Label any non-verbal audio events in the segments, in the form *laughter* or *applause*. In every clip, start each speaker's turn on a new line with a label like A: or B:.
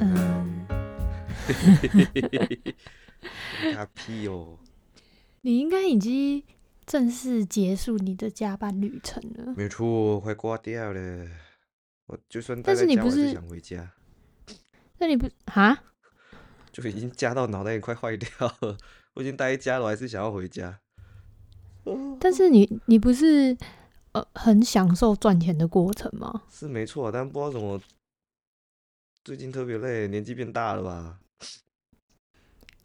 A: 嗯
B: *laughs* 他屁哦，
A: 你应该已经正式结束你的加班旅程了。
B: 没错，我快挂掉了。我就算待
A: 但是
B: 在
A: 你
B: 家，
A: 不
B: 我还是
A: 是
B: 想回家，
A: 那你不哈？
B: 就已经加到脑袋也快坏掉了。 *laughs* 我已经待在家了，我还是想要回家。
A: 但是你你不是呃很享受赚钱的过程吗？
B: 是没错，但不知道怎么，最近特别累，年纪变大了吧？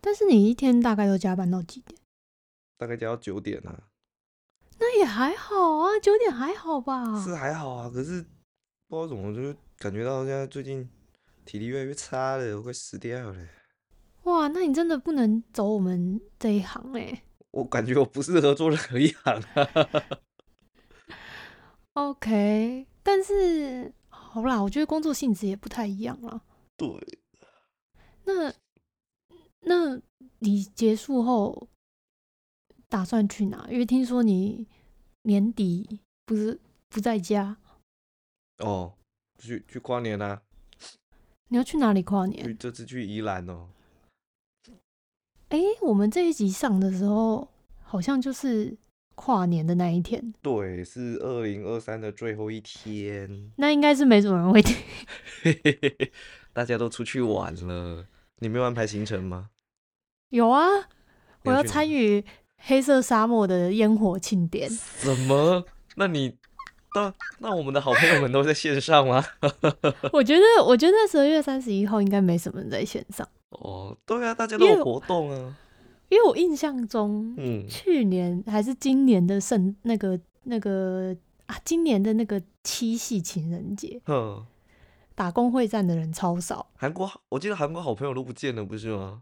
A: 但是你一天大概都加班到几点？
B: 大概加到九点啊。
A: 那也还好啊，九点还好吧？
B: 是还好啊，可是不知道怎么，就是感觉到现在最近体力越来越差了，我快死掉了。
A: 哇，那你真的不能走我们这一行哎、
B: 我感觉我不适合做任何一
A: *laughs*
B: 行啊。
A: OK，但是好啦，我觉得工作性质也不太一样啦。
B: 对，
A: 那那你结束后打算去哪？因为听说你年底不是不在家，
B: 哦，去去跨年啊，
A: 你要去哪里跨
B: 去
A: 年？
B: 这次去宜兰哦。
A: 诶，我们这一集上的时候，好像就是跨年的那一天，
B: 对，是二零二三的最后一天， *laughs*
A: 那应该是没什么人会听。 *laughs*
B: 大家都出去玩了。你没有安排行程吗？
A: 有啊，
B: 你
A: 我要
B: 去哪
A: 参与黑色沙漠的烟火庆典。
B: 什么？那你那那我们的好朋友们都在线上吗？ *laughs*
A: 我觉得，我觉得十二月三十一号应该没什么人在线上，
B: 哦，对啊，大家都
A: 因为
B: 有活动啊。
A: 因为我印象中
B: 嗯，
A: 去年还是今年的圣那个那个啊，今年的那个七夕情人节，
B: 哼。
A: 打工会战的人超少。
B: 韩国好，我记得韩国好朋友都不见了，不是吗？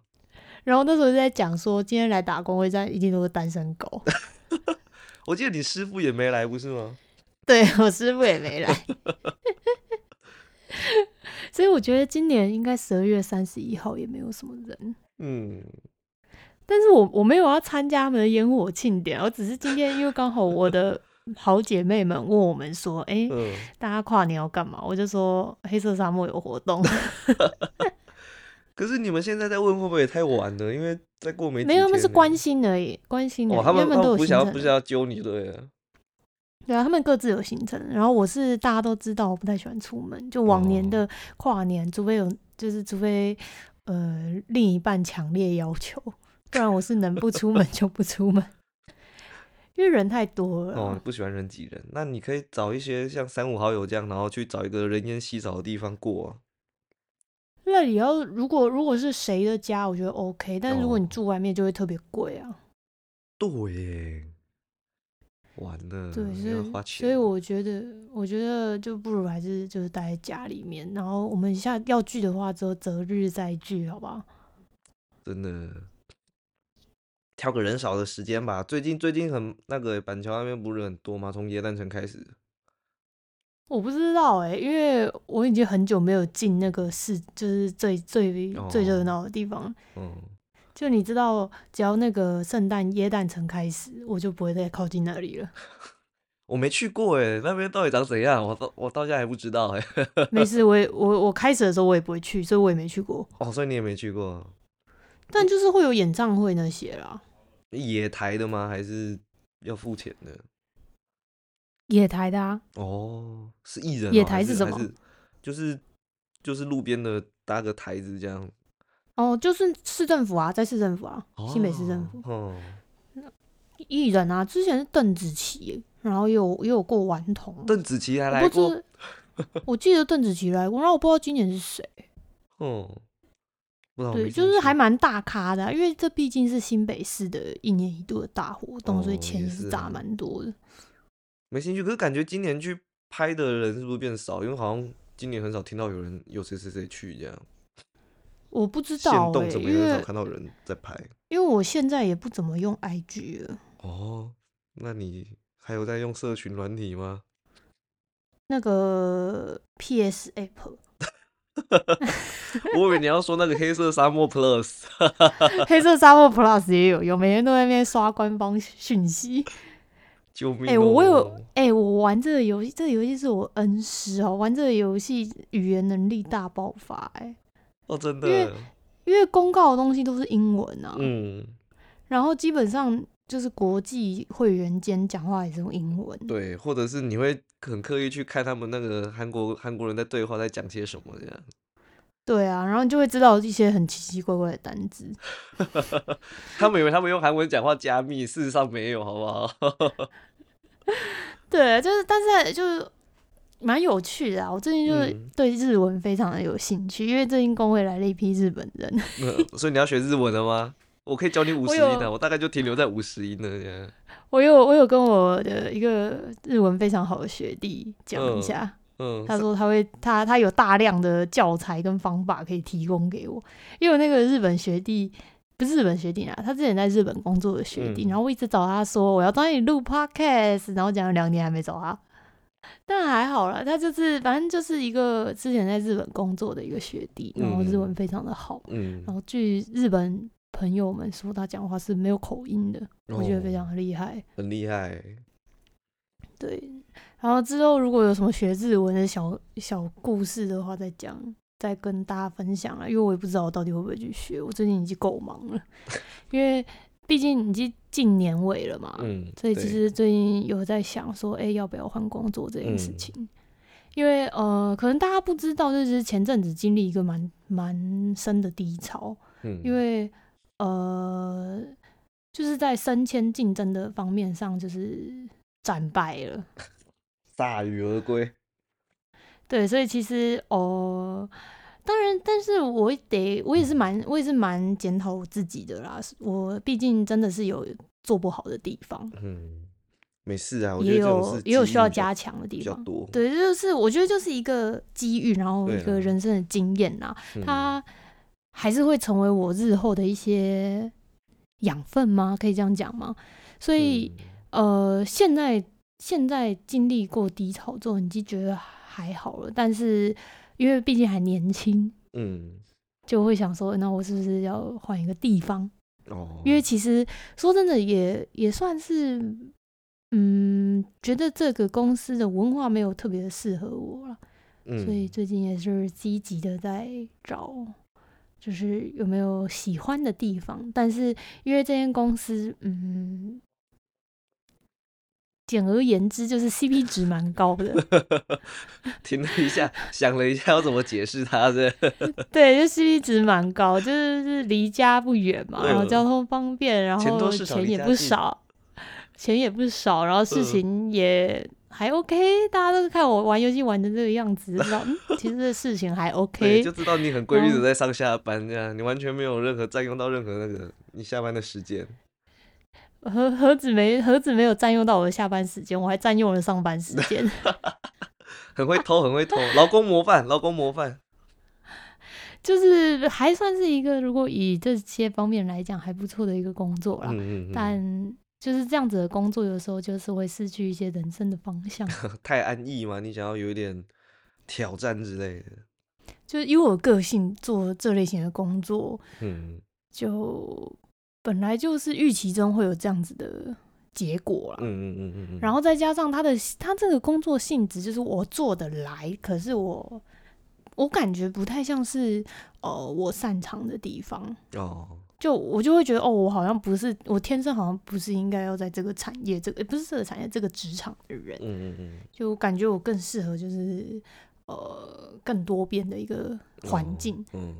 A: 然后那时候就在讲说，今天来打工会战一定都是单身狗。 *laughs*
B: 我记得你师傅也没来，不是吗？
A: 对我师傅也没来， *laughs* 所以我觉得今年应该十二月三十一号也没有什么人。
B: 嗯，
A: 但是我我没有要参加他们的烟火庆典，我只是今天因为刚好我的好姐妹们问我们说，哎、
B: 嗯，
A: 大家跨年要干嘛？我就说黑色沙漠有活动，
B: 可是你们现在在问会不会也太晚了？因为再过没几
A: 没有，他们
B: 天
A: 是
B: 呢
A: 关心而已，关心而已，
B: 哦，他们
A: 因为
B: 他
A: 都
B: 们
A: 有
B: 不
A: 行
B: 想要
A: 程
B: 不
A: 的，
B: 想要揪你对啊了，
A: 对啊，他们各自有行程。然后我是大家都知道，我不太喜欢出门，就往年
B: 哦
A: 的跨年，除非有就是除非呃另一半强烈要求，不然我是能不出门就不出门，因为人太多了。
B: 哦，不喜欢人挤人，那你可以找一些像三五好友这样，然后去找一个人烟稀少的地方过啊、
A: 那也要如果如果是谁的家，我觉得 OK，但是如果你
B: 哦
A: 住外面就会特别贵啊。
B: 对耶，完了，
A: 对，所
B: 要
A: 以
B: 嗯花钱，
A: 所以我觉得，我觉得就不如还是就是待在家里面，然后我们下要聚的话，之后择日再聚，好不好？
B: 真的挑个人少的时间吧。最近最近很那个板桥那边不是很多吗？从耶诞城开始。
A: 我不知道哎、因为我已经很久没有进那个市，就是最最最热
B: 哦
A: 闹的地方了。
B: 嗯，
A: 就你知道，只要那个圣诞耶诞城开始，我就不会再靠近那
B: *laughs*
A: 里了。
B: 我没去过哎，那边到底长怎样？我到我到现在还不知道哎。
A: 没事，我也我我开始的时候我也不会去，所以我也没去过。
B: *laughs* 哦，所以你也没去过
A: 但就是会有演唱会那些啦，
B: 野台的吗？还是要付钱的？
A: 野台的啊，
B: 哦，是艺人、哦。
A: 野
B: 还
A: 台是
B: 是
A: 什
B: 还
A: 么
B: 是就是就是路边的搭个台子这样。
A: 哦，就是市政府啊，在市政府啊，
B: 哦，
A: 新北市政府。
B: 哦，
A: 艺人啊，之前是邓紫棋，然后也有也有过顽童，
B: 邓紫棋还
A: 我
B: 来
A: 不
B: 过。
A: 知， *laughs* 我记得邓紫棋来过，然后我不知道今年是谁。
B: 哦，不知道。
A: 对，就是还蛮大咖的啊、因为这毕竟是新北市的一年一度的大活动，所以
B: 哦
A: 钱
B: 也
A: 也
B: 是
A: 是砸
B: 啊
A: 蛮多的。
B: 没兴趣。可是感觉今年去拍的人是不是变少？因为好像今年很少听到有人有谁谁谁去这样，
A: 我不知
B: 现
A: 道哎、
B: 动什么也
A: 因
B: 很少
A: 为
B: 看到人在拍。
A: 因为我现在也不怎么用 IG 了，
B: 哦，那你还有在用社群软体吗？ *laughs*
A: 那个 PS app
B: 我以为你要说那个黑色沙漠 Plus， *laughs*
A: 黑色沙漠 Plus 也有用，每天都在那边刷官方讯息。
B: 救命、哦！
A: 哎、我有哎、我玩这个游戏，这个游戏是我恩师哦，玩这个游戏语言能力大爆发哎、
B: 哦，真
A: 因为
B: 的，
A: 因为公告的东西都是英文啊，
B: 嗯，
A: 然后基本上就是国际会员间讲话也是用英文，
B: 对，或者是你会很刻意去看他们那个韩国韩国人在对话在讲些什么这样。
A: 对啊，然后你就会知道一些很奇奇怪怪的单字，
B: 他们以为他们用韩文讲话加密，事实上没有，好不好？ *laughs*
A: 对，就是但是就是蛮有趣的啊。我最近就是
B: 嗯
A: 对日文非常的有兴趣，因为最近工会来了一批日本人， *laughs*
B: 嗯所以你要学日文了吗？我可以教你五
A: 我
B: 十音
A: 有
B: 的，我大概就停留在五十音了这样。
A: 我有我有跟我的一个日文非常好的学弟讲一
B: 嗯
A: 下，
B: 嗯，
A: 他说他会他他有大量的教材跟方法可以提供给我，因为我那个日本学弟。不是日本学弟啊，他之前在日本工作的学弟，
B: 嗯
A: 然后我一直找他说我要找你录 podcast，然后讲了两年还没找他，但还好啦，他就是反正就是一个之前在日本工作的一个学弟，然后日文
B: 嗯
A: 非常的好，
B: 嗯，
A: 然后据日本朋友们说他讲话是没有口音的，我觉得
B: 哦
A: 非常厉害。
B: 很厉害。
A: 对，然后之后如果有什么学日文的小小故事的话，再讲，再跟大家分享啊。因为我也不知道我到底会不会去学，我最近已经够忙了， *laughs* 因为毕竟已经近年尾了嘛，
B: 嗯，
A: 啊所以
B: 对
A: 其实最近有在想说，哎、要不要换工作这件事
B: 嗯
A: 情？因为呃，可能大家不知道，就是前阵子经历一个蛮蛮深的低潮，
B: 嗯，
A: 因为呃，就是在升迁竞争的方面上，就是战败了。
B: 铩羽而归。
A: 对，所以其实哦、当然，但是我得，我也是蛮，我也是蛮检讨我自己的啦。我毕竟真的是有做不好的地方，
B: 嗯，没事啊，我觉
A: 也
B: 得这种
A: 有
B: 事
A: 也有
B: 机
A: 需要
B: 遇比较
A: 加强的地
B: 比较
A: 方。
B: 多。
A: 对，就是我觉得就是一个机遇，然后
B: 对
A: 一个
B: 啊
A: 人生的经验啦，
B: 嗯，
A: 它还是会成为我日后的一些养分吗？可以这样讲吗？所以、呃，现在现在经历过低潮之后，你就觉得还好了，但是因为毕竟还年轻，
B: 嗯，
A: 就会想说，那我是不是要换一个地方？
B: 嗯，哦，
A: 因为其实说真的也，也算是，嗯，觉得这个公司的文化没有特别的适合我了，所以
B: 嗯
A: 最近也是积极的在找。就是有没有喜欢的地方，但是因为这间公司，嗯，简而言之就是 CP 值蛮高
B: *laughs*
A: 的，
B: 停了一下， *laughs* 想了一下要怎么解释它这。
A: 对，就 CP 值蛮高，就是是离家不远嘛，
B: 嗯
A: 然后交通方便，然
B: 钱
A: 后
B: 多事少
A: 钱
B: 离
A: 也
B: 家
A: 不
B: 近
A: 少，钱也不少，然后事
B: 嗯
A: 情也还 OK，大家都是看我玩游戏玩成这个样子，就知道嗯，其实这事情
B: *laughs*
A: 还
B: 对，
A: OK
B: 就。知道你很规律
A: 嗯
B: 的在上下班，这样你完全没有任何占用到任何那个你下班的时间。
A: 何何止没何止没有占用到我的下班时间，我还占用了上班时间。 *laughs*
B: 很会偷，很会偷，劳工模范， *laughs* 劳工模范。
A: 就是还算是一个，如果以这些方面来讲，还不错的一个工作啦。
B: 嗯嗯嗯，
A: 但就是这样子的工作，有时候就是会失去一些人生的方向。 *laughs*
B: 太安逸嘛，你想要有一点挑战之类的。
A: 就是以我个性做这类型的工作，
B: 嗯
A: 就本来就是预期中会有这样子的结果
B: 嗯
A: 啦。
B: 嗯嗯嗯嗯。
A: 然后再加上他的他这个工作性质，就是我做得来，可是我我感觉不太像是呃我擅长的地方。
B: 哦，
A: 就我就会觉得，哦，我好像不是，我天生好像不是应该要在这个产业，这个、呃不是这个产业，这个职场的人，
B: 嗯嗯嗯，
A: 就感觉我更适合就是呃更多变的一个环境。
B: 嗯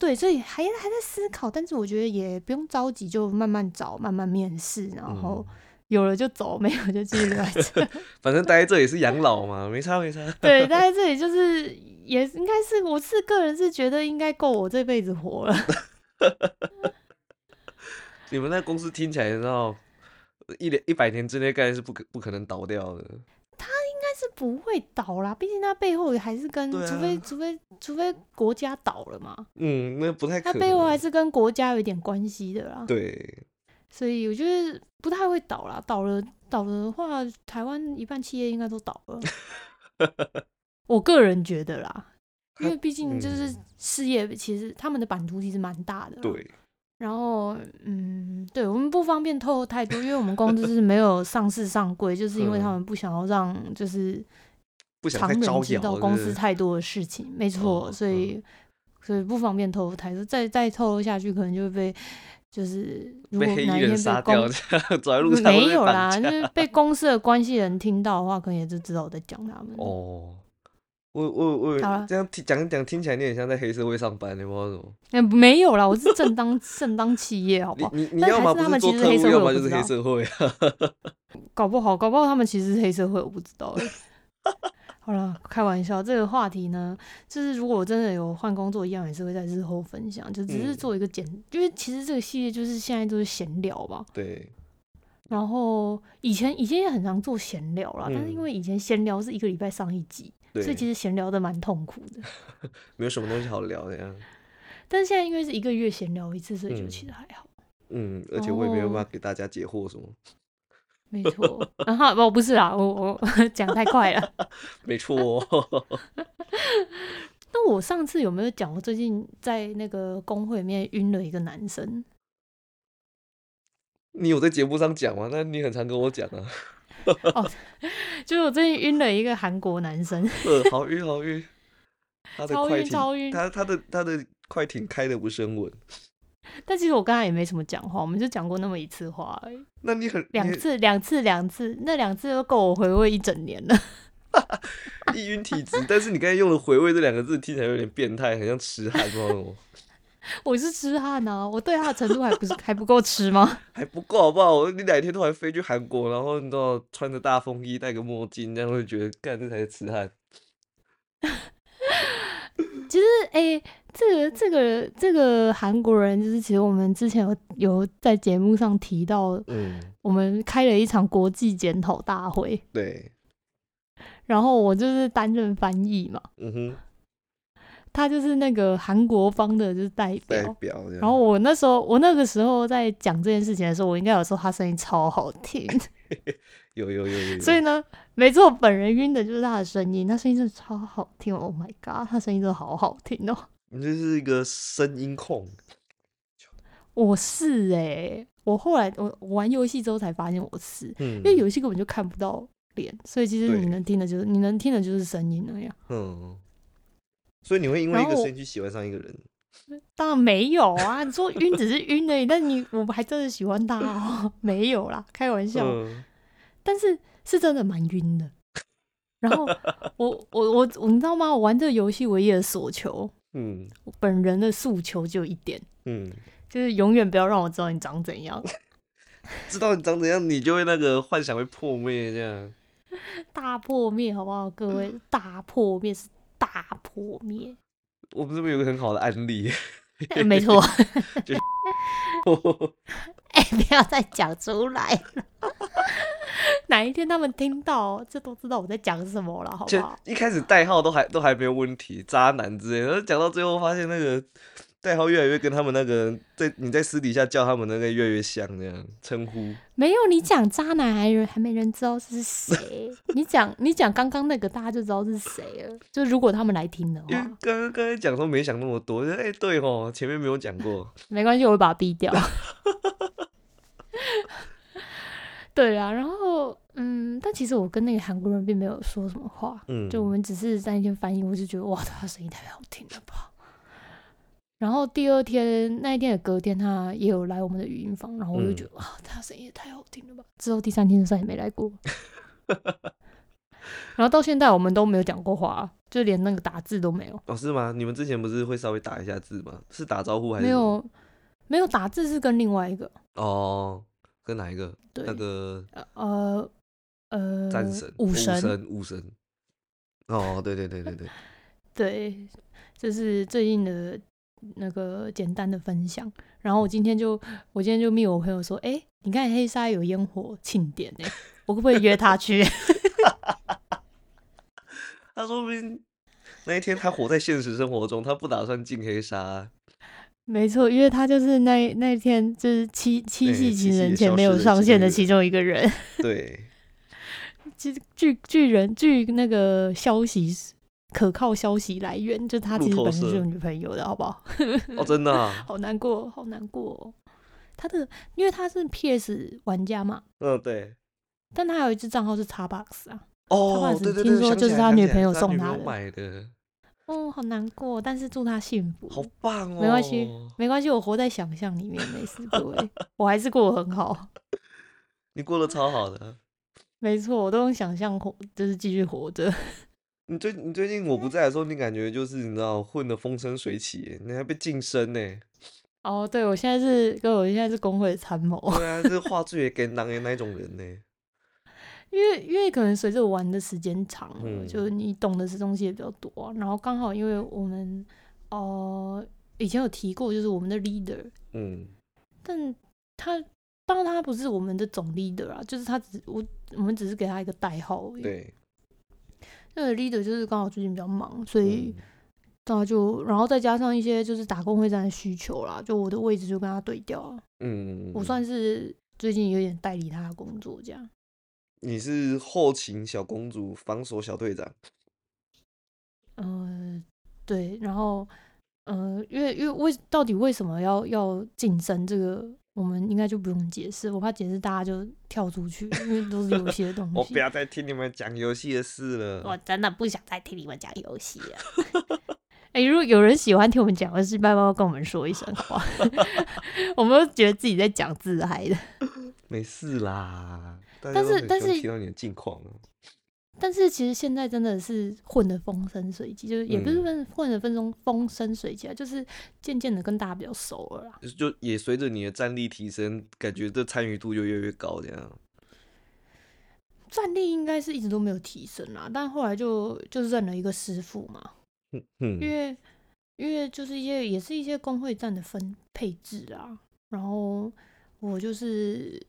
A: 对，所以还还在思考，但是我觉得也不用着急，就慢慢找，慢慢面试，然后有了就走，没有就继续留在这。
B: 嗯反正待在这也是养老嘛，没差没差。
A: *laughs* 对，待在这里就是也应该是我是个人是觉得应该够我这辈子活了。 *laughs*
B: 你们那公司听起来，你知道，一年一百年之内，概是不可不可能倒掉的。
A: 是不会倒啦，毕竟它背后还是跟，
B: 对啊
A: 除非除非除非国家倒了嘛，
B: 嗯，那不太
A: 它
B: 可能。
A: 背后还是跟国家有一点关系的 *laughs* 啦。
B: 对，
A: 所以我觉得不太会倒啦，倒了倒了的话，台湾一半企业应该都倒 *laughs* 了。我个人觉得啦，
B: 它
A: 因为毕竟就是
B: 嗯
A: 事业，其实他们的版图其实蛮大的。。
B: 对，
A: 然后，嗯，对我们不方便透露太多，因为我们公司是没有上市上
B: *laughs*
A: 柜，就是因为他
B: 嗯
A: 们不想要让就是
B: 不想
A: 常
B: 太
A: 人
B: 招
A: 知道
B: 摇。
A: 公司
B: *laughs* 是不是
A: 太多的事情，没错，
B: 哦
A: 所以所以不方便透露太多。再再透露下去，可能就会被就是如果
B: 被黑
A: 哪
B: 衣
A: 一天
B: 人
A: 被
B: 杀
A: 公
B: 掉，这样 *laughs* 走在路上会
A: 没
B: 被
A: 有
B: 绑
A: 啦，就
B: 架
A: 是被公司的关系人听到的话，可能也就知道我在讲他们。
B: 哦，我我我
A: 好啦
B: 这样听讲一讲听起来有点像在黑社会上班，你不知道为什么？
A: 嗯，没有啦，我是正当正当企业，好不好？
B: 你你你
A: 但是
B: 要
A: 还
B: 么
A: 是
B: 不
A: 他们
B: 做
A: 其实
B: 特
A: 黑社
B: 务，
A: 会
B: 要
A: 我
B: 么
A: 不
B: 就是
A: 知
B: 黑
A: 道
B: 社会啊。
A: 搞不好，搞不好他们其实是黑社会，我不知道欸。 *laughs* 好了，开玩笑，这个话题呢，就是如果我真的有换工作，一样也是会在日后分享，就只是
B: 嗯
A: 做一个简，因为其实这个系列就是现在都是闲聊吧。
B: 对，
A: 然后以前以前也很常做闲聊啦，但是因
B: 嗯
A: 为以前闲聊是一个礼拜上一集，
B: 对
A: 所以其实闲聊的蛮痛苦的。 *laughs*
B: 没有什么东西好聊的呀。
A: 但是现在因为是一个月闲聊一次，所以就
B: 嗯
A: 其实还好。
B: 嗯，而且我也没有办
A: 哦
B: 法给大家解惑什么。
A: 没错， *laughs* 然后不不是啦，我我 *laughs* 讲太快了。
B: 没错哦， *laughs*
A: 那我上次有没有讲，我最近在那个工会里面晕了一个男生？
B: 你有在节目上讲吗？那你很常跟我讲啊。
A: 就是我最近晕了一个韩国男生， *laughs*
B: 呃，好晕好晕，他的
A: 超
B: 快
A: 晕
B: 艇，
A: 超晕。
B: 他他的他的快艇开的不是很稳。
A: 但其实我跟他也没什么讲话，我们就讲过那么一次话而已，
B: 那你很
A: 两，次两次两次，那两次都够我回味一整年了。 *laughs*
B: *laughs* 你易晕体质，但是你刚才用了“回味”这两个字，听起来有点变态，很像痴汉，不知道为 *laughs* 什么
A: 我是痴汉啊，我对他的程度还不是 *laughs* 还不够痴吗？ *laughs*
B: 还不够好不好？你哪天突然飞去韩国，然后你知道穿着大风衣，戴个墨镜，这样会觉得干这才是痴汉。
A: 就是哎、这个这个这个韩国人，就是其实我们之前有有在节目上提到，
B: 嗯，
A: 我们开了一场国际检讨大会，
B: 对，
A: 然后我就是担任翻译嘛，
B: 嗯哼，
A: 他就是那个韩国方的就是代
B: 代
A: 表。
B: 表这样。
A: 然后我那时候，我那个时候在讲这件事情的时候，我应该有说他声音超好
B: *laughs*
A: 听，
B: 有有有有有，
A: 所以呢，没错，本人晕的就是他的声音，他声音真的超好听，Oh my god，他声音真的好好听哦。 *laughs*
B: 你就是一个声音控。
A: 我是哎、我后来我我玩游戏之后才发现我是，
B: 嗯，
A: 因为游戏根本就看不到脸，所以其实
B: 对
A: 你能听的就是你能听的就是声音那样。
B: 嗯，所以你会因为
A: 然
B: 一个
A: 后
B: 声音去喜欢上一个人，
A: 当然没有啊，你说晕只是晕而已，但你我还真的喜欢他哦， *laughs* 没有啦，开玩笑，
B: 嗯，
A: 但是是真的蛮晕的。然后我我我我你知道吗？我玩这个游戏唯一的所求，
B: 嗯
A: 我本人的诉求就一点，
B: 嗯，
A: 就是永远不要让我知道你长怎样。
B: 知道你长怎样，你就会那个幻想会破灭这样。
A: 大破灭，好不好？各位，大破灭是大破灭，
B: 我们这边有个很好的案
A: *laughs*
B: 例，
A: 哎没错。
B: 就
A: 哎、不要再讲出来了。 *laughs* 哪一天他们听到，就都知道我在讲什么了，好不
B: 就
A: 好？
B: 一开始代号都还都还没有问题，渣男之类的，然后讲到最后发现那个代号越来越跟他们那个在你在私底下叫他们那个越来越像这样称呼。
A: 没有，你讲渣男还人还没人知道是谁。你讲你讲刚刚那个，大家就知道是谁了。就如果他们来听的
B: 因为
A: 话，
B: 刚刚刚才讲说没想那么多，就哎、对哦，前面没有讲过，
A: 没关系，我会把它逼掉。对啊，然后嗯，但其实我跟那个韩国人并没有说什么话，
B: 嗯，
A: 就我们只是在那天翻译，我就觉得哇，他声音太好听了吧。然后第二天那一天的隔天，他也有来我们的语音房，然后我就
B: 嗯
A: 觉得、啊，他声音也太好听了吧。之后第三天就再也没来过。然后到现在我们都没有讲过话，啊就连那个打字都没有，
B: 哦是吗？你们之前不是会稍微打一下字吗？是打招呼还是
A: 没
B: 什么
A: 有没有打字是跟另外一个
B: 哦，跟哪一个？
A: 对
B: 那个
A: 呃呃
B: 战神、
A: 武
B: 神、武
A: 神
B: 神、哦，对对对对
A: *laughs*
B: 对，
A: 对，这是最近的那个简单的分享。然后我今天就，我今天就密我朋友说，哎、你看黑沙有烟火庆典哎、我可不可以约他去？ *laughs*
B: 他说不定那一天他活在现实生活中，他不打算进黑沙，
A: 没错，因为他就是那那天就是七七
B: 对
A: 夕
B: 七
A: 情
B: 夕
A: 人
B: 也
A: 前
B: 消
A: 没
B: 失
A: 有
B: 的
A: 上
B: 其
A: 线
B: 中
A: 的
B: 一
A: 其中一个人。 *laughs*
B: 对，
A: 其实据据人据那个消息可靠消息来源，就他
B: 路
A: 其实
B: 透
A: 本身
B: 社
A: 是有女朋友的，好不好？ *laughs*
B: 哦，真的啊、
A: 好难过，好难过、哦。他的，因为他是 PS 玩家嘛，
B: 嗯，对，
A: 但他有一只账号是 Xbox 啊，
B: 哦
A: 爸，是
B: 对对
A: 听
B: 对，
A: 说
B: 想
A: 就
B: 起
A: 是
B: 来
A: 他
B: 想
A: 女
B: 起来
A: 朋友
B: 是
A: 送
B: 女
A: 他
B: 朋友
A: 的
B: 买的，
A: 哦，好难过，但是祝他幸福。
B: 好棒哦！
A: 嗯没关系没关系，我活在想象里面，没事，各
B: *laughs*
A: 位，我还是过得很好。
B: 你过得超好的。
A: 没错，我都用想象活，就是继续活着。 *laughs*
B: 你最你最近我不在的时候，你感觉就是你知道混得风生水起耶，你还被晋升呢。
A: 哦，对，我现在是，跟我现在是工会的参谋， *laughs*
B: 对啊，这话剧也给当的那一种人呢。
A: 因为因为可能随着我玩的时间长了，
B: 嗯
A: 就是你懂的东西也比较多啊、然后刚好因为我们呃以前有提过，就是我们的 leader，
B: 嗯，
A: 但他当然他不是我们的总 leader 啊，就是他只我我们只是给他一个代号而已。
B: 对。
A: 那个 leader 就是刚好最近比较忙， *laughs* 所以
B: 嗯
A: 他啊就然后再加上一些就是打工会战的需求啦，就我的位置就跟他对调了。
B: 嗯，
A: 我算是最近有点代理他的工作这样。
B: 你是后勤小公主，防守小队长。
A: 呃，对，然后呃，因为因为为到底为什么要要晋升这个，我们应该就不用解释，我怕解释大家就跳出去，因为都是游戏的东西。
B: 我不要再听你们讲游戏的事
A: 我
B: 了。
A: 真的不想再听你们讲游戏了。 *laughs* 哎、如果有人喜欢听我们讲游戏，拜托跟我们说一声话， *laughs* 我们都觉得自己在讲自嗨的。
B: 没事啦，大
A: 但
B: 家都
A: 是
B: 很
A: 但
B: 喜欢
A: 是
B: 提到你的近况啊。
A: 但是其实现在真的是混得风生水起，就是也不是
B: 嗯
A: 混混得分钟风生水起啊，就是渐渐的跟大家比较熟了啦。
B: 就也随着你的战力提升，感觉这参与度就越来越高，这样。
A: 战力应该是一直都没有提升啦，但后来就就认了一个师傅嘛，
B: 哼
A: 因
B: 哼，
A: 为因为就是一些也是一些工会战的分配置啊，然后我就是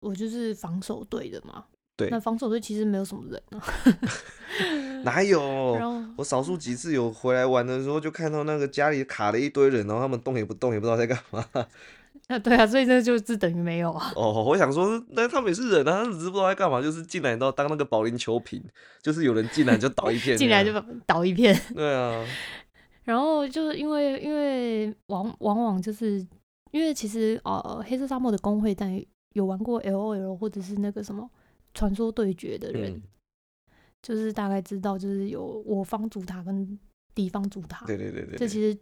A: 我就是防守队的嘛，
B: 对
A: 那防守队其实没有什么人啊，
B: 哪有？
A: 然后
B: 我少数几次有回来玩的时候，就看到那个家里卡了一堆人，然后他们动也不动，也不知道在干嘛。
A: 啊 *laughs* 对啊，所以这就是等于没有啊，
B: 哦，我想说，那他们也是人啊，他们只是不知道在干嘛，就是进来到当那个保龄球瓶，就是有人进来就倒一片这
A: 进来
B: 样，
A: 就把倒一片，
B: 对啊，
A: 然后就是因为因为往往往就是因为其实呃黑色沙漠的工会战有玩过 L O L 或者是那个什么传说对决的人，
B: 嗯，
A: 就是大概知道，就是有我方主塔跟敌方主塔，
B: 对对对对，
A: 这其实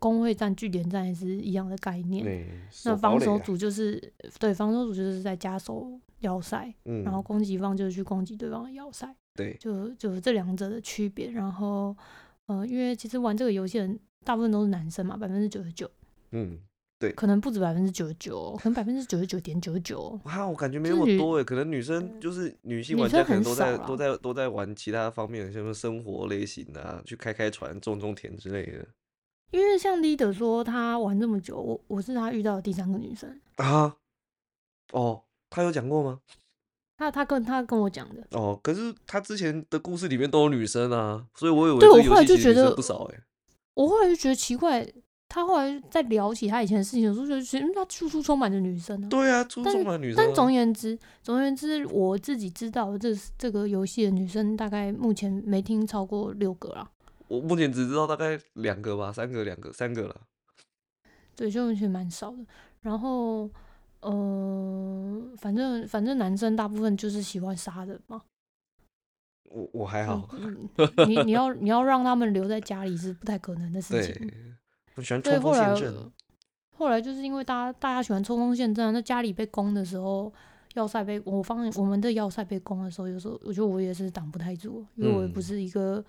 A: 工会战、据点战也是一样的概念。
B: 对，
A: 那
B: 堡
A: 防
B: 垒
A: 守
B: 啊，
A: 组就是对防守组就是在加守要塞，
B: 嗯，
A: 然后攻击方就是去攻击对方的要塞，
B: 对，
A: 就就这两者的区别。然后，呃，因为其实玩这个游戏的人大部分都是男生嘛，百分之九十九，
B: 嗯，
A: 可能不止百分之九十九，可能百分之九十九点九哦九。
B: 哇，我感觉没
A: 就
B: 那
A: 是
B: 么
A: 女嗯
B: 多诶，可能女生就是女性
A: 女
B: 玩
A: 生
B: 家，可能
A: 很
B: 都在
A: 少
B: 都
A: 啦
B: 在都在玩其他方面的，像是生活类型的啊，去开开船、种种田之类的
A: 因为像 leader 说他玩这么久，我我是他遇到的第三个女生，
B: 啊。哦，他有讲过吗？
A: 他他跟他跟我讲的，
B: 哦，可是他之前的故事里面都有女生啊，所以我以为
A: 对
B: 这
A: 我
B: 个游
A: 后来
B: 戏
A: 就
B: 其实
A: 觉
B: 女生
A: 得
B: 不少诶。
A: 我后来就觉得奇怪，他后来在聊起他以前的事情的时候，就觉得嗯他处处充满着女生啊。
B: 对啊，初
A: 但
B: 中的女生啊、
A: 但总而言之，总而言之，我自己知道的这这个游戏的女生大概目前没听超过六个啦。
B: 我目前只知道大概两个吧，三个、两个、三个了。
A: 对，就其实蛮少的。然后，呃，反正反正男生大部分就是喜欢杀人嘛。
B: 我我还好，
A: 嗯，你你要你要让他们留在家里是不太可能的 *laughs* 事
B: 对
A: 情。，
B: 我喜欢
A: 对，
B: 冲
A: 后
B: 锋
A: 来呃
B: 陷阵。
A: 后来就是因为大家大家喜欢冲锋陷阵啊，那家里被攻的时候，要塞被我方我们的要塞被攻的时候，有时候我觉得我也是挡不太住，因为我也不
B: 嗯
A: 是一个、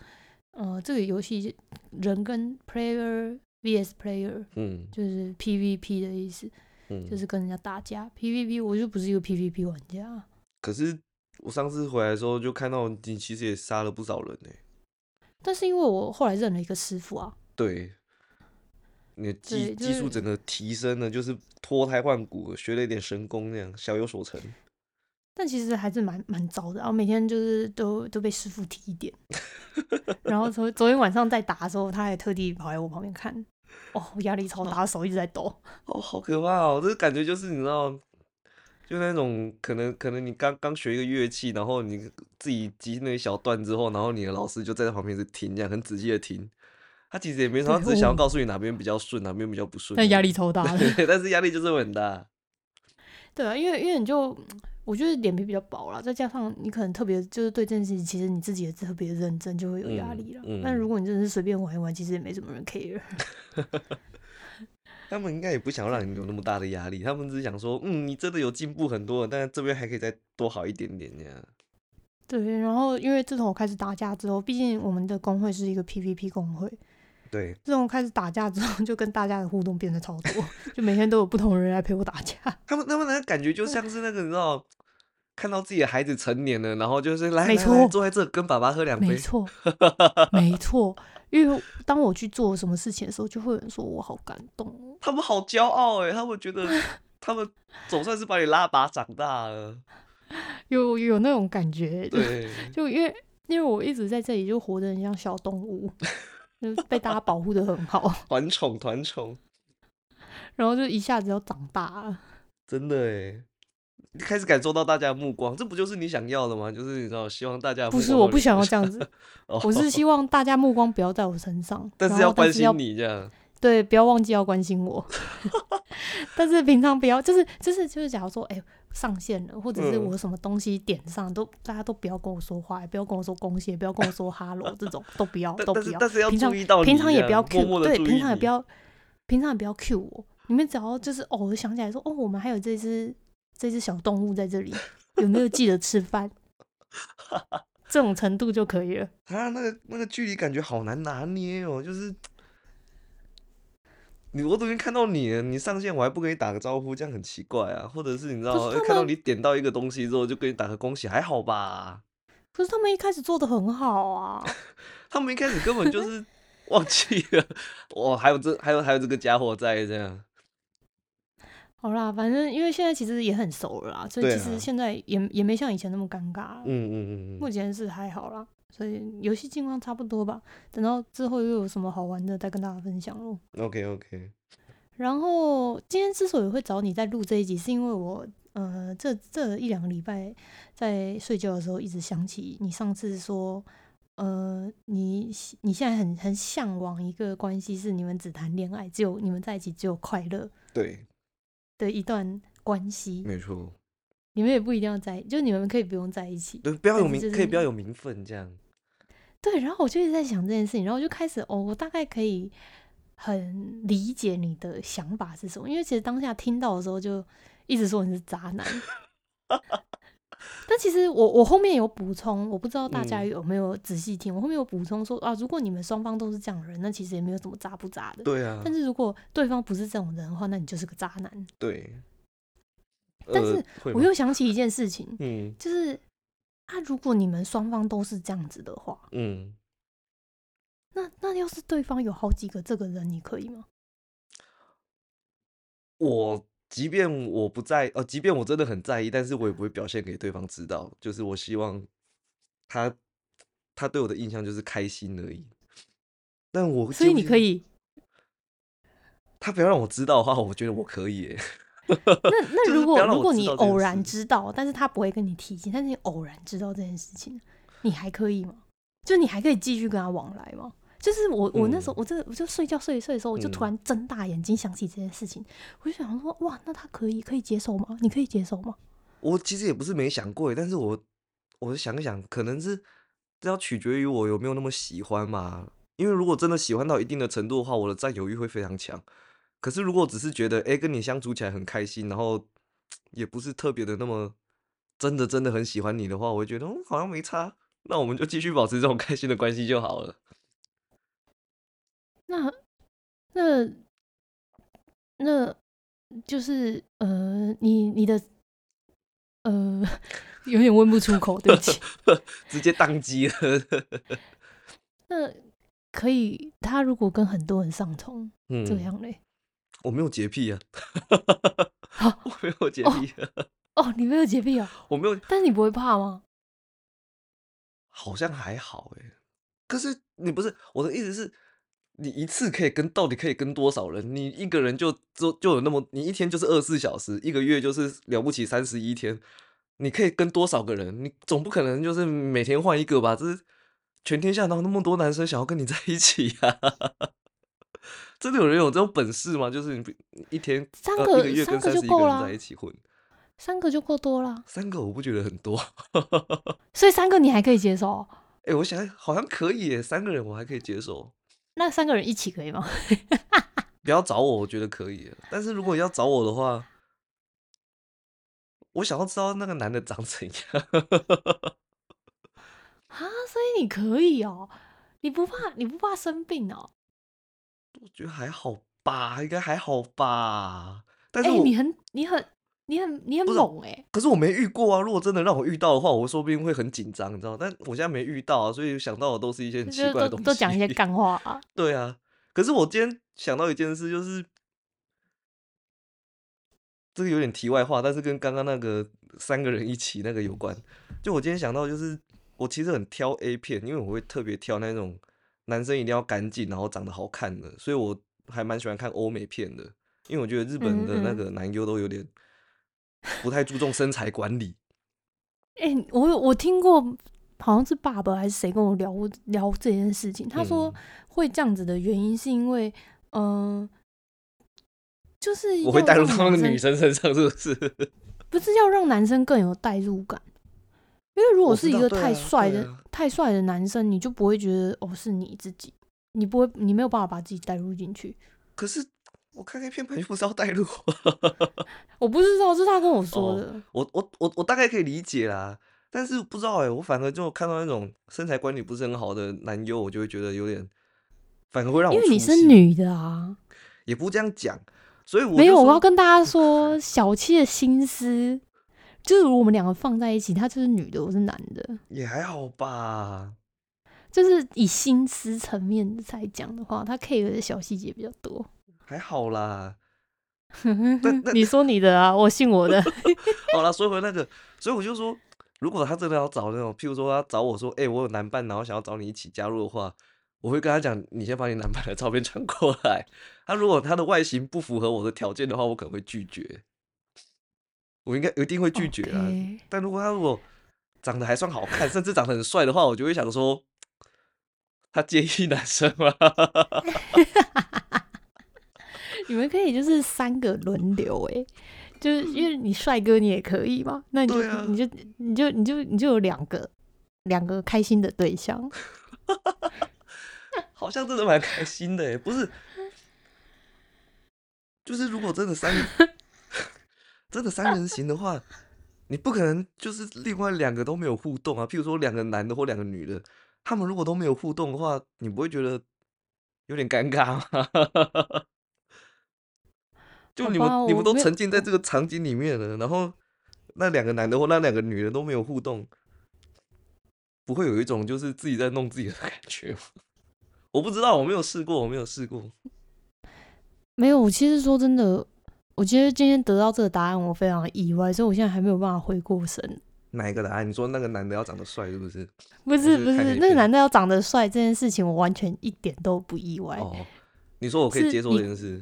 A: 呃这个游戏人跟 player vs player
B: 嗯
A: 就是 PVP 的意思，
B: 嗯，
A: 就是跟人家打架 PVP，我就不是一个 PVP 玩家。啊
B: 可是我上次回来的时候就看到你其实也杀了不少人呢、
A: 但是因为我后来认了一个师傅啊，
B: 对，你的技
A: 对就
B: 技术
A: 是
B: 整个提升了，就是脱胎换骨，学了一点神功那样，小有所成。
A: 但其实还是蛮蛮糟的，然后每天就是都都被师傅提一
B: *laughs*
A: 点，然后昨昨天晚上在打的时候，他还特地跑来我旁边看，哦，我压力超大，手一直在抖。
B: 哦，好可怕哦！这感觉就是你知道，就那种可能可能你刚刚学一个乐器，然后你自己即那一小段之后，然后你的老师就在旁边是听，这样很仔细的听。他其实也没什么，他
A: 对
B: 只是想要
A: 哦
B: 告诉你哪边比较顺，哪边比较不顺。 *laughs*
A: 但压力，超大的，
B: 对，但是压力就是会很大。
A: 对啊，因为因为你就我觉得脸皮比较薄啦，再加上你可能特别就是对这件事情，其实你自己也特别认真，就会有压力了。
B: 嗯嗯
A: 但如果你真的是随便玩一玩，其实也没什么人 care。
B: 他们应该也不想让你有那么大的压力，他们只是想说，嗯，你真的有进步很多了，但是这边还可以再多好一点点这样。
A: 对，然后因为自从我开始打架之后，毕竟我们的工会是一个 PVP 工会，
B: 对，
A: 自从开始打架之后，就 *laughs* 跟大家的互动变得超多， *laughs* 就每天都有不同人来陪我打架。
B: 他们他们那个感觉就像是那个你知道，看到自己的孩子成年了，然后就是来
A: 没
B: 来来
A: 错
B: 坐在这跟爸爸喝两
A: 没
B: 杯， *laughs*
A: 错，没错。因为当我去做什么事情的时候，就会有人说我好感动哦。
B: 他们好骄傲哎，他们
A: *laughs*
B: 觉得他们总算是把你拉拔长大了。
A: 有有那种感觉，就
B: 对，
A: *laughs* 就因为因为我一直在这里就活得很像小动物， *laughs* 就是被大家保护的很好，
B: 团宠团宠，
A: 然后就一下子要长大了。
B: 真的哎。开始感受到大家的目光，这不就是你想要的吗？就是你知道，希望大家的
A: 不
B: 目
A: 是，
B: 光
A: 我
B: 都
A: 不
B: 流
A: 想要
B: 向
A: 这
B: *laughs*
A: 样子，
B: 哦
A: 我是希望大家目光不要在我身上，
B: 但
A: 然
B: 是
A: 后
B: 要关
A: 是要
B: 心你这样，
A: 对，不要忘记要关心我。 *laughs* 但是平常不要，就是就是就是，假如说，哎、上线了，或者是
B: 嗯
A: 我什么东西点上，都大家都不要跟我说话，也不要跟我说恭喜，也不要跟我说哈 *laughs* 喽，这种都不要，
B: 但
A: 都
B: 但
A: 不
B: 是
A: 要。
B: 但是要
A: 平常
B: 注意到你这
A: 平
B: 样，
A: 常也不要 Q，
B: 默默的
A: 对，
B: 注意
A: 平常也不
B: 你
A: 要，平常也不要 Q 我。你们只要就是偶尔想起来说，哦，我们还有这只这只小动物在这里，有没有记得
B: *laughs*
A: 吃饭？这种程度就可以了。
B: 啊，那个那个距离感觉好难拿捏哦，就是你我都已经看到你了，你上线我还不跟你打个招呼，这样很奇怪啊。或者是你知道，
A: 可是
B: 哎
A: 他
B: 看到
A: 们
B: 你点到一个东西之后就跟你打个恭喜，还好吧？
A: 可是他们一开始做的很好啊。
B: 他们一开始根
A: *laughs*
B: 本就是忘记了，哇，还有这还有还有这个家伙在这样，
A: 好啦，反正因为现在其实也很熟了啦，所以
B: 对
A: 其
B: 啊
A: 实现在也也没像以前那么尴尬了。
B: 嗯嗯嗯
A: 目
B: 嗯，
A: 前是还好啦，所以游戏近况差不多吧。等到之后又有什么好玩的再跟大家分享喽。
B: ，OK OK，
A: 然后今天之所以会找你在录这一集，是因为我呃这这一两个礼拜在睡觉的时候一直想起你上次说，呃你你现在很很向往一个关系，是你们只谈恋爱，只有你们在一起只有快乐
B: 对，
A: 的一段关系。
B: 没错，
A: 你们也不一定要在，就你们可以不用在一起。
B: 对，不要有
A: 但是
B: 名，
A: 就
B: 可以
A: 是
B: 不要有名分这样，
A: 对，然后我就一直在想这件事情，然后我就开始哦，我大概可以很理解你的想法是什么，因为其实当下听到的时候就一直说你是渣男。 *laughs* 但其实我我后面有补充，我不知道大家
B: 嗯
A: 有没有仔细听。我后面有补充说啊，如果你们双方都是这样的人，那其实也没有什么渣不渣的。
B: 对啊
A: 但，是如果对方不是这种人的话，那你就是个渣男。
B: 对，
A: 但
B: 呃
A: 是
B: 会
A: 我
B: 吗
A: 又想起一件事情，
B: 嗯
A: 就是啊，如果你们双方都是这样子的话，
B: 嗯。
A: 那那要是对方有好几个这个人，你可以吗？
B: 我即便我不在，呃，即便我真的很在意，但是我也不会表现给对方知道。就是我希望他他对我的印象就是开心而已。但我
A: 所以
B: 就
A: 你
B: 是 *laughs*
A: 可，以。
B: 他不要让我知道的话，我觉得我可以耶。
A: 那那
B: 就是
A: 如
B: 不
A: 果、
B: 要让
A: 如
B: 我
A: 果
B: 知
A: 你
B: 道这件
A: 偶然
B: 事
A: 知道，但是他不会跟你提起，但是你偶然知道这件事情，你还可以吗？就你还可以继续跟他往来吗？就是我我那时候
B: 嗯
A: 我真的我就睡觉睡一睡的时候，我就突
B: 嗯
A: 然睁大眼睛想起这件事情，我就想说哇，那他可以可以接受吗？你可以接受吗？
B: 我其实也不是没想过耶，但是我我想一想，可能是这要取决于我有没有那么喜欢嘛。因为如果真的喜欢到一定的程度的话，我的占有欲会非常强。可是如果只是觉得，哎、跟你相处起来很开心，然后也不是特别的那么真的真的很喜欢你的话，我会觉得，嗯，好像没差，那我们就继续保持这种开心的关系就好了。
A: 那那那就是呃，你你的呃， *laughs* 有点问不出口，对
B: *laughs*
A: 不起。
B: 直接宕机了， *laughs*
A: 那可以，他如果跟很多人上床，
B: 嗯，
A: 这样嘞？
B: 我没有洁癖啊，
A: 好
B: *laughs* 我没有洁
A: 哦
B: 癖、啊，
A: 哦，你没有洁癖哦，
B: 我没有
A: 但是你不会怕吗？
B: 好像还好哎、可是你不是我的意思是，你一次可以跟到底可以跟多少人？你一个人就就就有那么，你一天就是二十四小时，一个月就是了不起三十一天，你可以跟多少个人？你总不可能就是每天换一个吧？这是全天下哪有那么多男生想要跟你在一起呀、 *laughs* 真的有人有这种本事吗？就是你不你一天
A: 三
B: 呃一
A: 个
B: 个月
A: 三
B: 跟
A: 个
B: 三
A: 就
B: 十一
A: 够
B: 个人
A: 啦
B: 在一起混，
A: 三个就够多啦，
B: 三个我不觉得很多， *laughs*
A: 所以三个你还可以接受哦。
B: 哎、我想好像可以耶，三个人我还可以接受。
A: 那三个人一起可以吗？ *laughs*
B: 不要找我，我觉得可以耶。但是如果要找我的话，我想要知道那个男的长怎样。 *laughs*
A: 啊，所以你可以哦，你不怕你不怕生病哦？
B: 我觉得还好吧，应该还好吧。但是
A: 哎、
B: 我、
A: 你很你很你很你很
B: 不是
A: 猛哎、
B: 可是我没遇过啊。如果真的让我遇到的话，我说不定会很紧张，你知道吗？但我现在没遇到啊，所以想到的都是一些很奇
A: 就是
B: 怪的
A: 都
B: 东西。
A: 都
B: *laughs*
A: 讲一些干话啊。
B: 对啊，可是我今天想到一件事，就是这个有点题外话，但是跟刚刚那个三个人一起那个有关。就我今天想到，就是我其实很挑 A 片，因为我会特别挑那种男生一定要干净，然后长得好看的，所以我还蛮喜欢看欧美片的，因为我觉得日本的那
A: 嗯嗯
B: 个男优都有点不太注重身材管理。
A: 哎、我有我听过，好像是爸爸还是谁跟我聊过聊这件事情。他说
B: 嗯
A: 会这样子的原因是因为，嗯、就是
B: 我会
A: 要
B: 带入
A: 让
B: 到那
A: 男
B: 个女
A: 生，
B: 生身上，是不
A: *laughs*
B: 是？
A: 不是要让男生更有代入感。因为如
B: 我
A: 果
B: 知
A: 是一
B: 道
A: 个
B: 对
A: 太
B: 啊
A: 帅
B: 对
A: 的、
B: 啊
A: 太帅的男生，你就不会觉得哦是你自己，你不会，你没有办法把自己带入进去。
B: 可是我看 A 片本来就不是要带入啊。
A: 我不知道，这是他跟我说
B: 哦
A: 的。
B: 我我我我大概可以理解啦，但是不知道哎、我反而就看到那种身材管理不是很好的男优，我就会觉得有点，反而会让我
A: 因为你
B: 出
A: 是
B: 戏，
A: 女的啊，
B: 也不这样讲，所以我
A: 没
B: 就
A: 有，我
B: 说
A: 要跟大家说，小七的心思就是如果我们两个放在一起，他就是女的，我是男的，
B: 也还好吧，
A: 就是以心思层面来讲的话，他 care 的小细节比较多。
B: 还好啦。
A: *laughs*
B: 但但
A: 你说你的啊，我信我的。
B: 好啦，说回那个，所以我就说，如果他真的要找那种，譬如说他找我说，哎、我有男伴，然后想要找你一起加入的话，我会跟他讲，你先把你男伴的照片传过来。他如果他的外形不符合我的条件的话，我可能会拒绝。我应该一定会 *laughs* 拒绝啊。
A: OK
B: 但如果他如果长得还算好看，甚至长得很帅的话，我就会想说， *laughs* 他介意男生吗？ *laughs*
A: 你们可以就是三个轮流哎、就是因为你帅哥你也可以嘛，那你就、
B: 对啊
A: 你就你就你就你就有两个两个开心的对象。
B: 好像真的蛮开心的耶，不是？就是如果真的三
A: *laughs*
B: 真的三人行的话，你不可能就是另外两个都没有互动啊。譬如说两个男的或两个女的，他们如果都没有互动的话，你不会觉得有点尴尬吗？ *laughs* 就
A: 好
B: 你们
A: 吧
B: 你们
A: 我
B: 都
A: 没有
B: 沉浸在
A: 我
B: 这个场景里面了，然后那两个男的或那两个女的都没有互动，不会有一种就是自己在弄自己的感觉吗？ *laughs* 我不知道，我没有试过，我没有试过。
A: 没有，我其实说真的，我觉得今天得到这个答案，我非常意外，所以我现在还没有办法回过神。
B: 哪一个答案？你说那个男的要长得帅是不是？
A: 不是
B: 是
A: 不
B: 看
A: 是，
B: 影
A: 那个
B: 片
A: 男的要长得帅这件事情，我完全一点都不意外。
B: 哦，你说我可以
A: 是
B: 接受
A: 你
B: 这件事，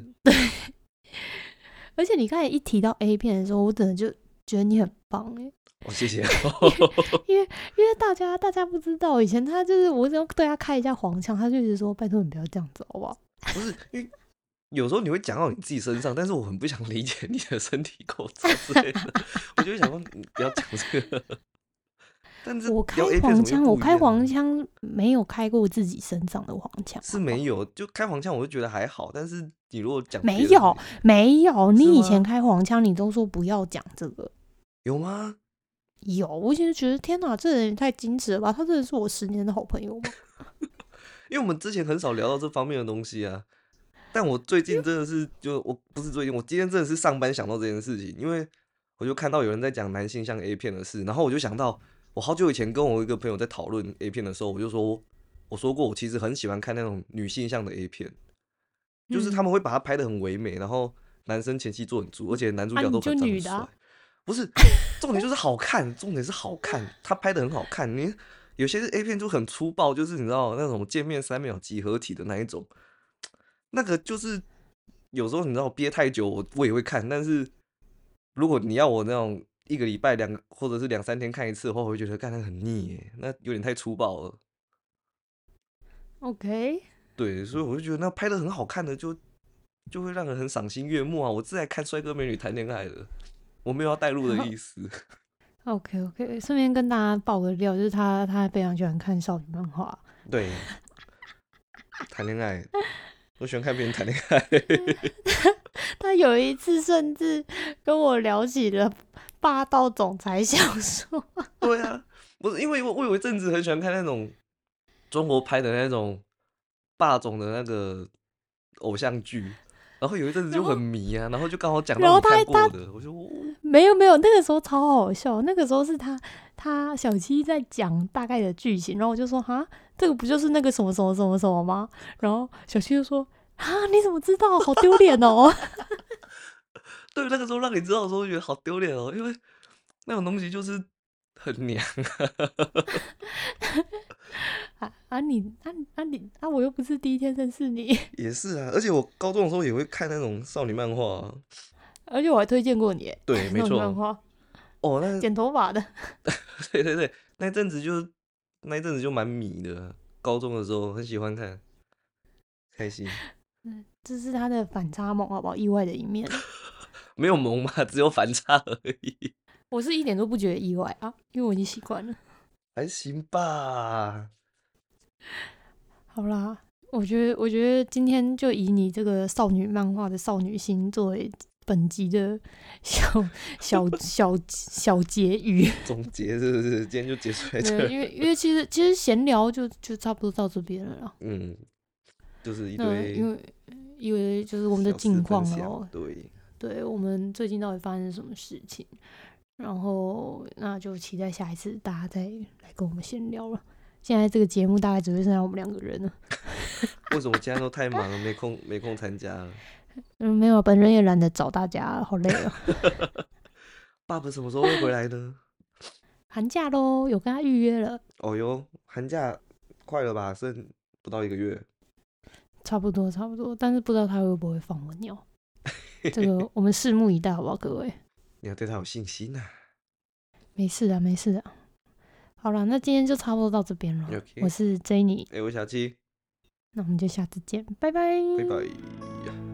A: 而且你刚才一提到 A 片的时候，我真的就觉得你很棒哎，
B: 哦，谢
A: *laughs*
B: 谢。
A: 因为大家大家不知道，以前他就是我只要对他开一下黄腔，他就一直说拜托你不要这样子好不好？
B: 不是因为有时候你会讲到你自己身上，但是我很不想理解你的身体构造之类的，
A: *laughs*
B: 我就会想说你不要讲这个。但是
A: 我开
B: 聊 A 片
A: 黄
B: 怎
A: 腔，
B: 么又
A: 我
B: 不一
A: 开
B: 样啊
A: 黄
B: 呢
A: 腔没有开过自己身上的黄腔，
B: 是没有，就开黄腔我就觉得还好，但是你如果讲
A: 没
B: 别的东
A: 有
B: 西
A: 没有，
B: 是
A: 你以
B: 吗
A: 前开黄腔，你都说不要讲这个。
B: 有吗？
A: 有，我以前就觉得天哪，这人也太矜持了吧！他真的是我十年的好朋友吗？
B: 因为我们之前很少聊到这方面的东西啊。但我最近真的是，就我不是最近，我今天真的是上班想到这件事情，因为我就看到有人在讲男性向 A 片的事，然后我就想到，我好久以前跟我一个朋友在讨论 A 片的时候，我就说，我说过我其实很喜欢看那种女性向的 A 片，就是他们会把它拍的很唯美，然后男生前期做很足，而且男主
A: 啊
B: 角
A: 你
B: 都
A: 就
B: 很长
A: 女
B: 很
A: 的
B: 帅。
A: 啊
B: 不
A: *laughs*
B: 是，重点就是好看，重点是好看，他拍的很好看。你有些 A 片就很粗暴，就是你知道那种见面三秒集合体的那一种，那个就是有时候你知道憋太久，我我也会看，但是如果你要我那种一个礼拜两或者是两三天看一次的话，我会觉得看那个很腻耶，那有点太粗暴了。
A: OK，
B: 对，所以我就觉得那拍的很好看的就就会让人很赏心悦目啊！我是来看帅哥美女谈恋爱的，我没有要带入的意思。
A: OK OK，顺便跟大家爆个料，就是他他非常喜欢看少女漫画，
B: 对， *laughs* 谈恋爱，我喜欢看别人谈恋爱。 *laughs*
A: 他有一次甚至跟我聊起了霸道总裁小说， *laughs*
B: 对啊，不是因为我我有一阵子很喜欢看那种中国拍的那种霸总的那个偶像剧，然后有一阵子就
A: 然后
B: 很迷啊，然后就刚好讲
A: 然
B: 到
A: 后
B: 你
A: 他还
B: 看过的，我就哦
A: 没有没有，那个时候超好笑，那个时候是他他小七在讲大概的剧情，然后我就说哈，这个不就是那个什么什么什么什么吗？然后小七就说啊，你怎么知道？好丢脸哦！
B: 对，那个时候让你知道的时候，觉得好丢脸哦，因为那种东西就是很娘。
A: 啊啊你啊啊你啊，我又不是第一天认识你，
B: 也是啊，而且我高中的时候也会看那种少女漫画、啊，
A: 而且我还推荐过你， *laughs*
B: 对，没
A: 那种漫
B: 错。啊
A: 画
B: 哦，那
A: 剪头发的。
B: 对对对，那一阵子就那一阵子就蛮迷的啊，高中的时候很喜欢看，开 *laughs* 心。
A: *laughs* 这是他的反差萌，好不好？意外的一面，
B: 没有萌嘛，只有反差而已，
A: 我是一点都不觉得意外啊，因为我已经习惯了。
B: 还行吧。
A: 好啦，我觉得，我觉得今天就以你这个少女漫画的少女心作为本集的小 *laughs* 小小小结语，
B: 总结是不是？今天就结束在这
A: 对，
B: 儿。
A: 因为因为其实其实闲聊就就差不多到这边了啦。
B: 嗯，就是一
A: 那因
B: 堆
A: 为因为就是我
B: 我
A: 们的近况了哦，
B: 对，
A: 对我们最近到底发生什么事情，然后那就期待下一次大家再来跟我们闲聊了。现在这个节目大概只会剩下我们两个人了，
B: 为什么今天都太忙了，没空没空参加了？
A: 嗯，没有，本人也懒得找大家，好累哦。 *laughs*
B: 爸爸什么时候会回来呢？
A: 寒假喽，有跟他预约了，
B: 哦哟，寒假快了吧？剩不到一个月。
A: 差不多差不多，但是不知道他会不会放我鸟，这个我们拭目以待，好不好，各位？
B: 你要对他有信心呐、
A: 没事啊的，没事的。好了，那今天就差不多到这边了。
B: OK
A: 我是 Jenny，
B: 哎、我小七，
A: 那我们就下次见，拜拜，
B: 拜拜。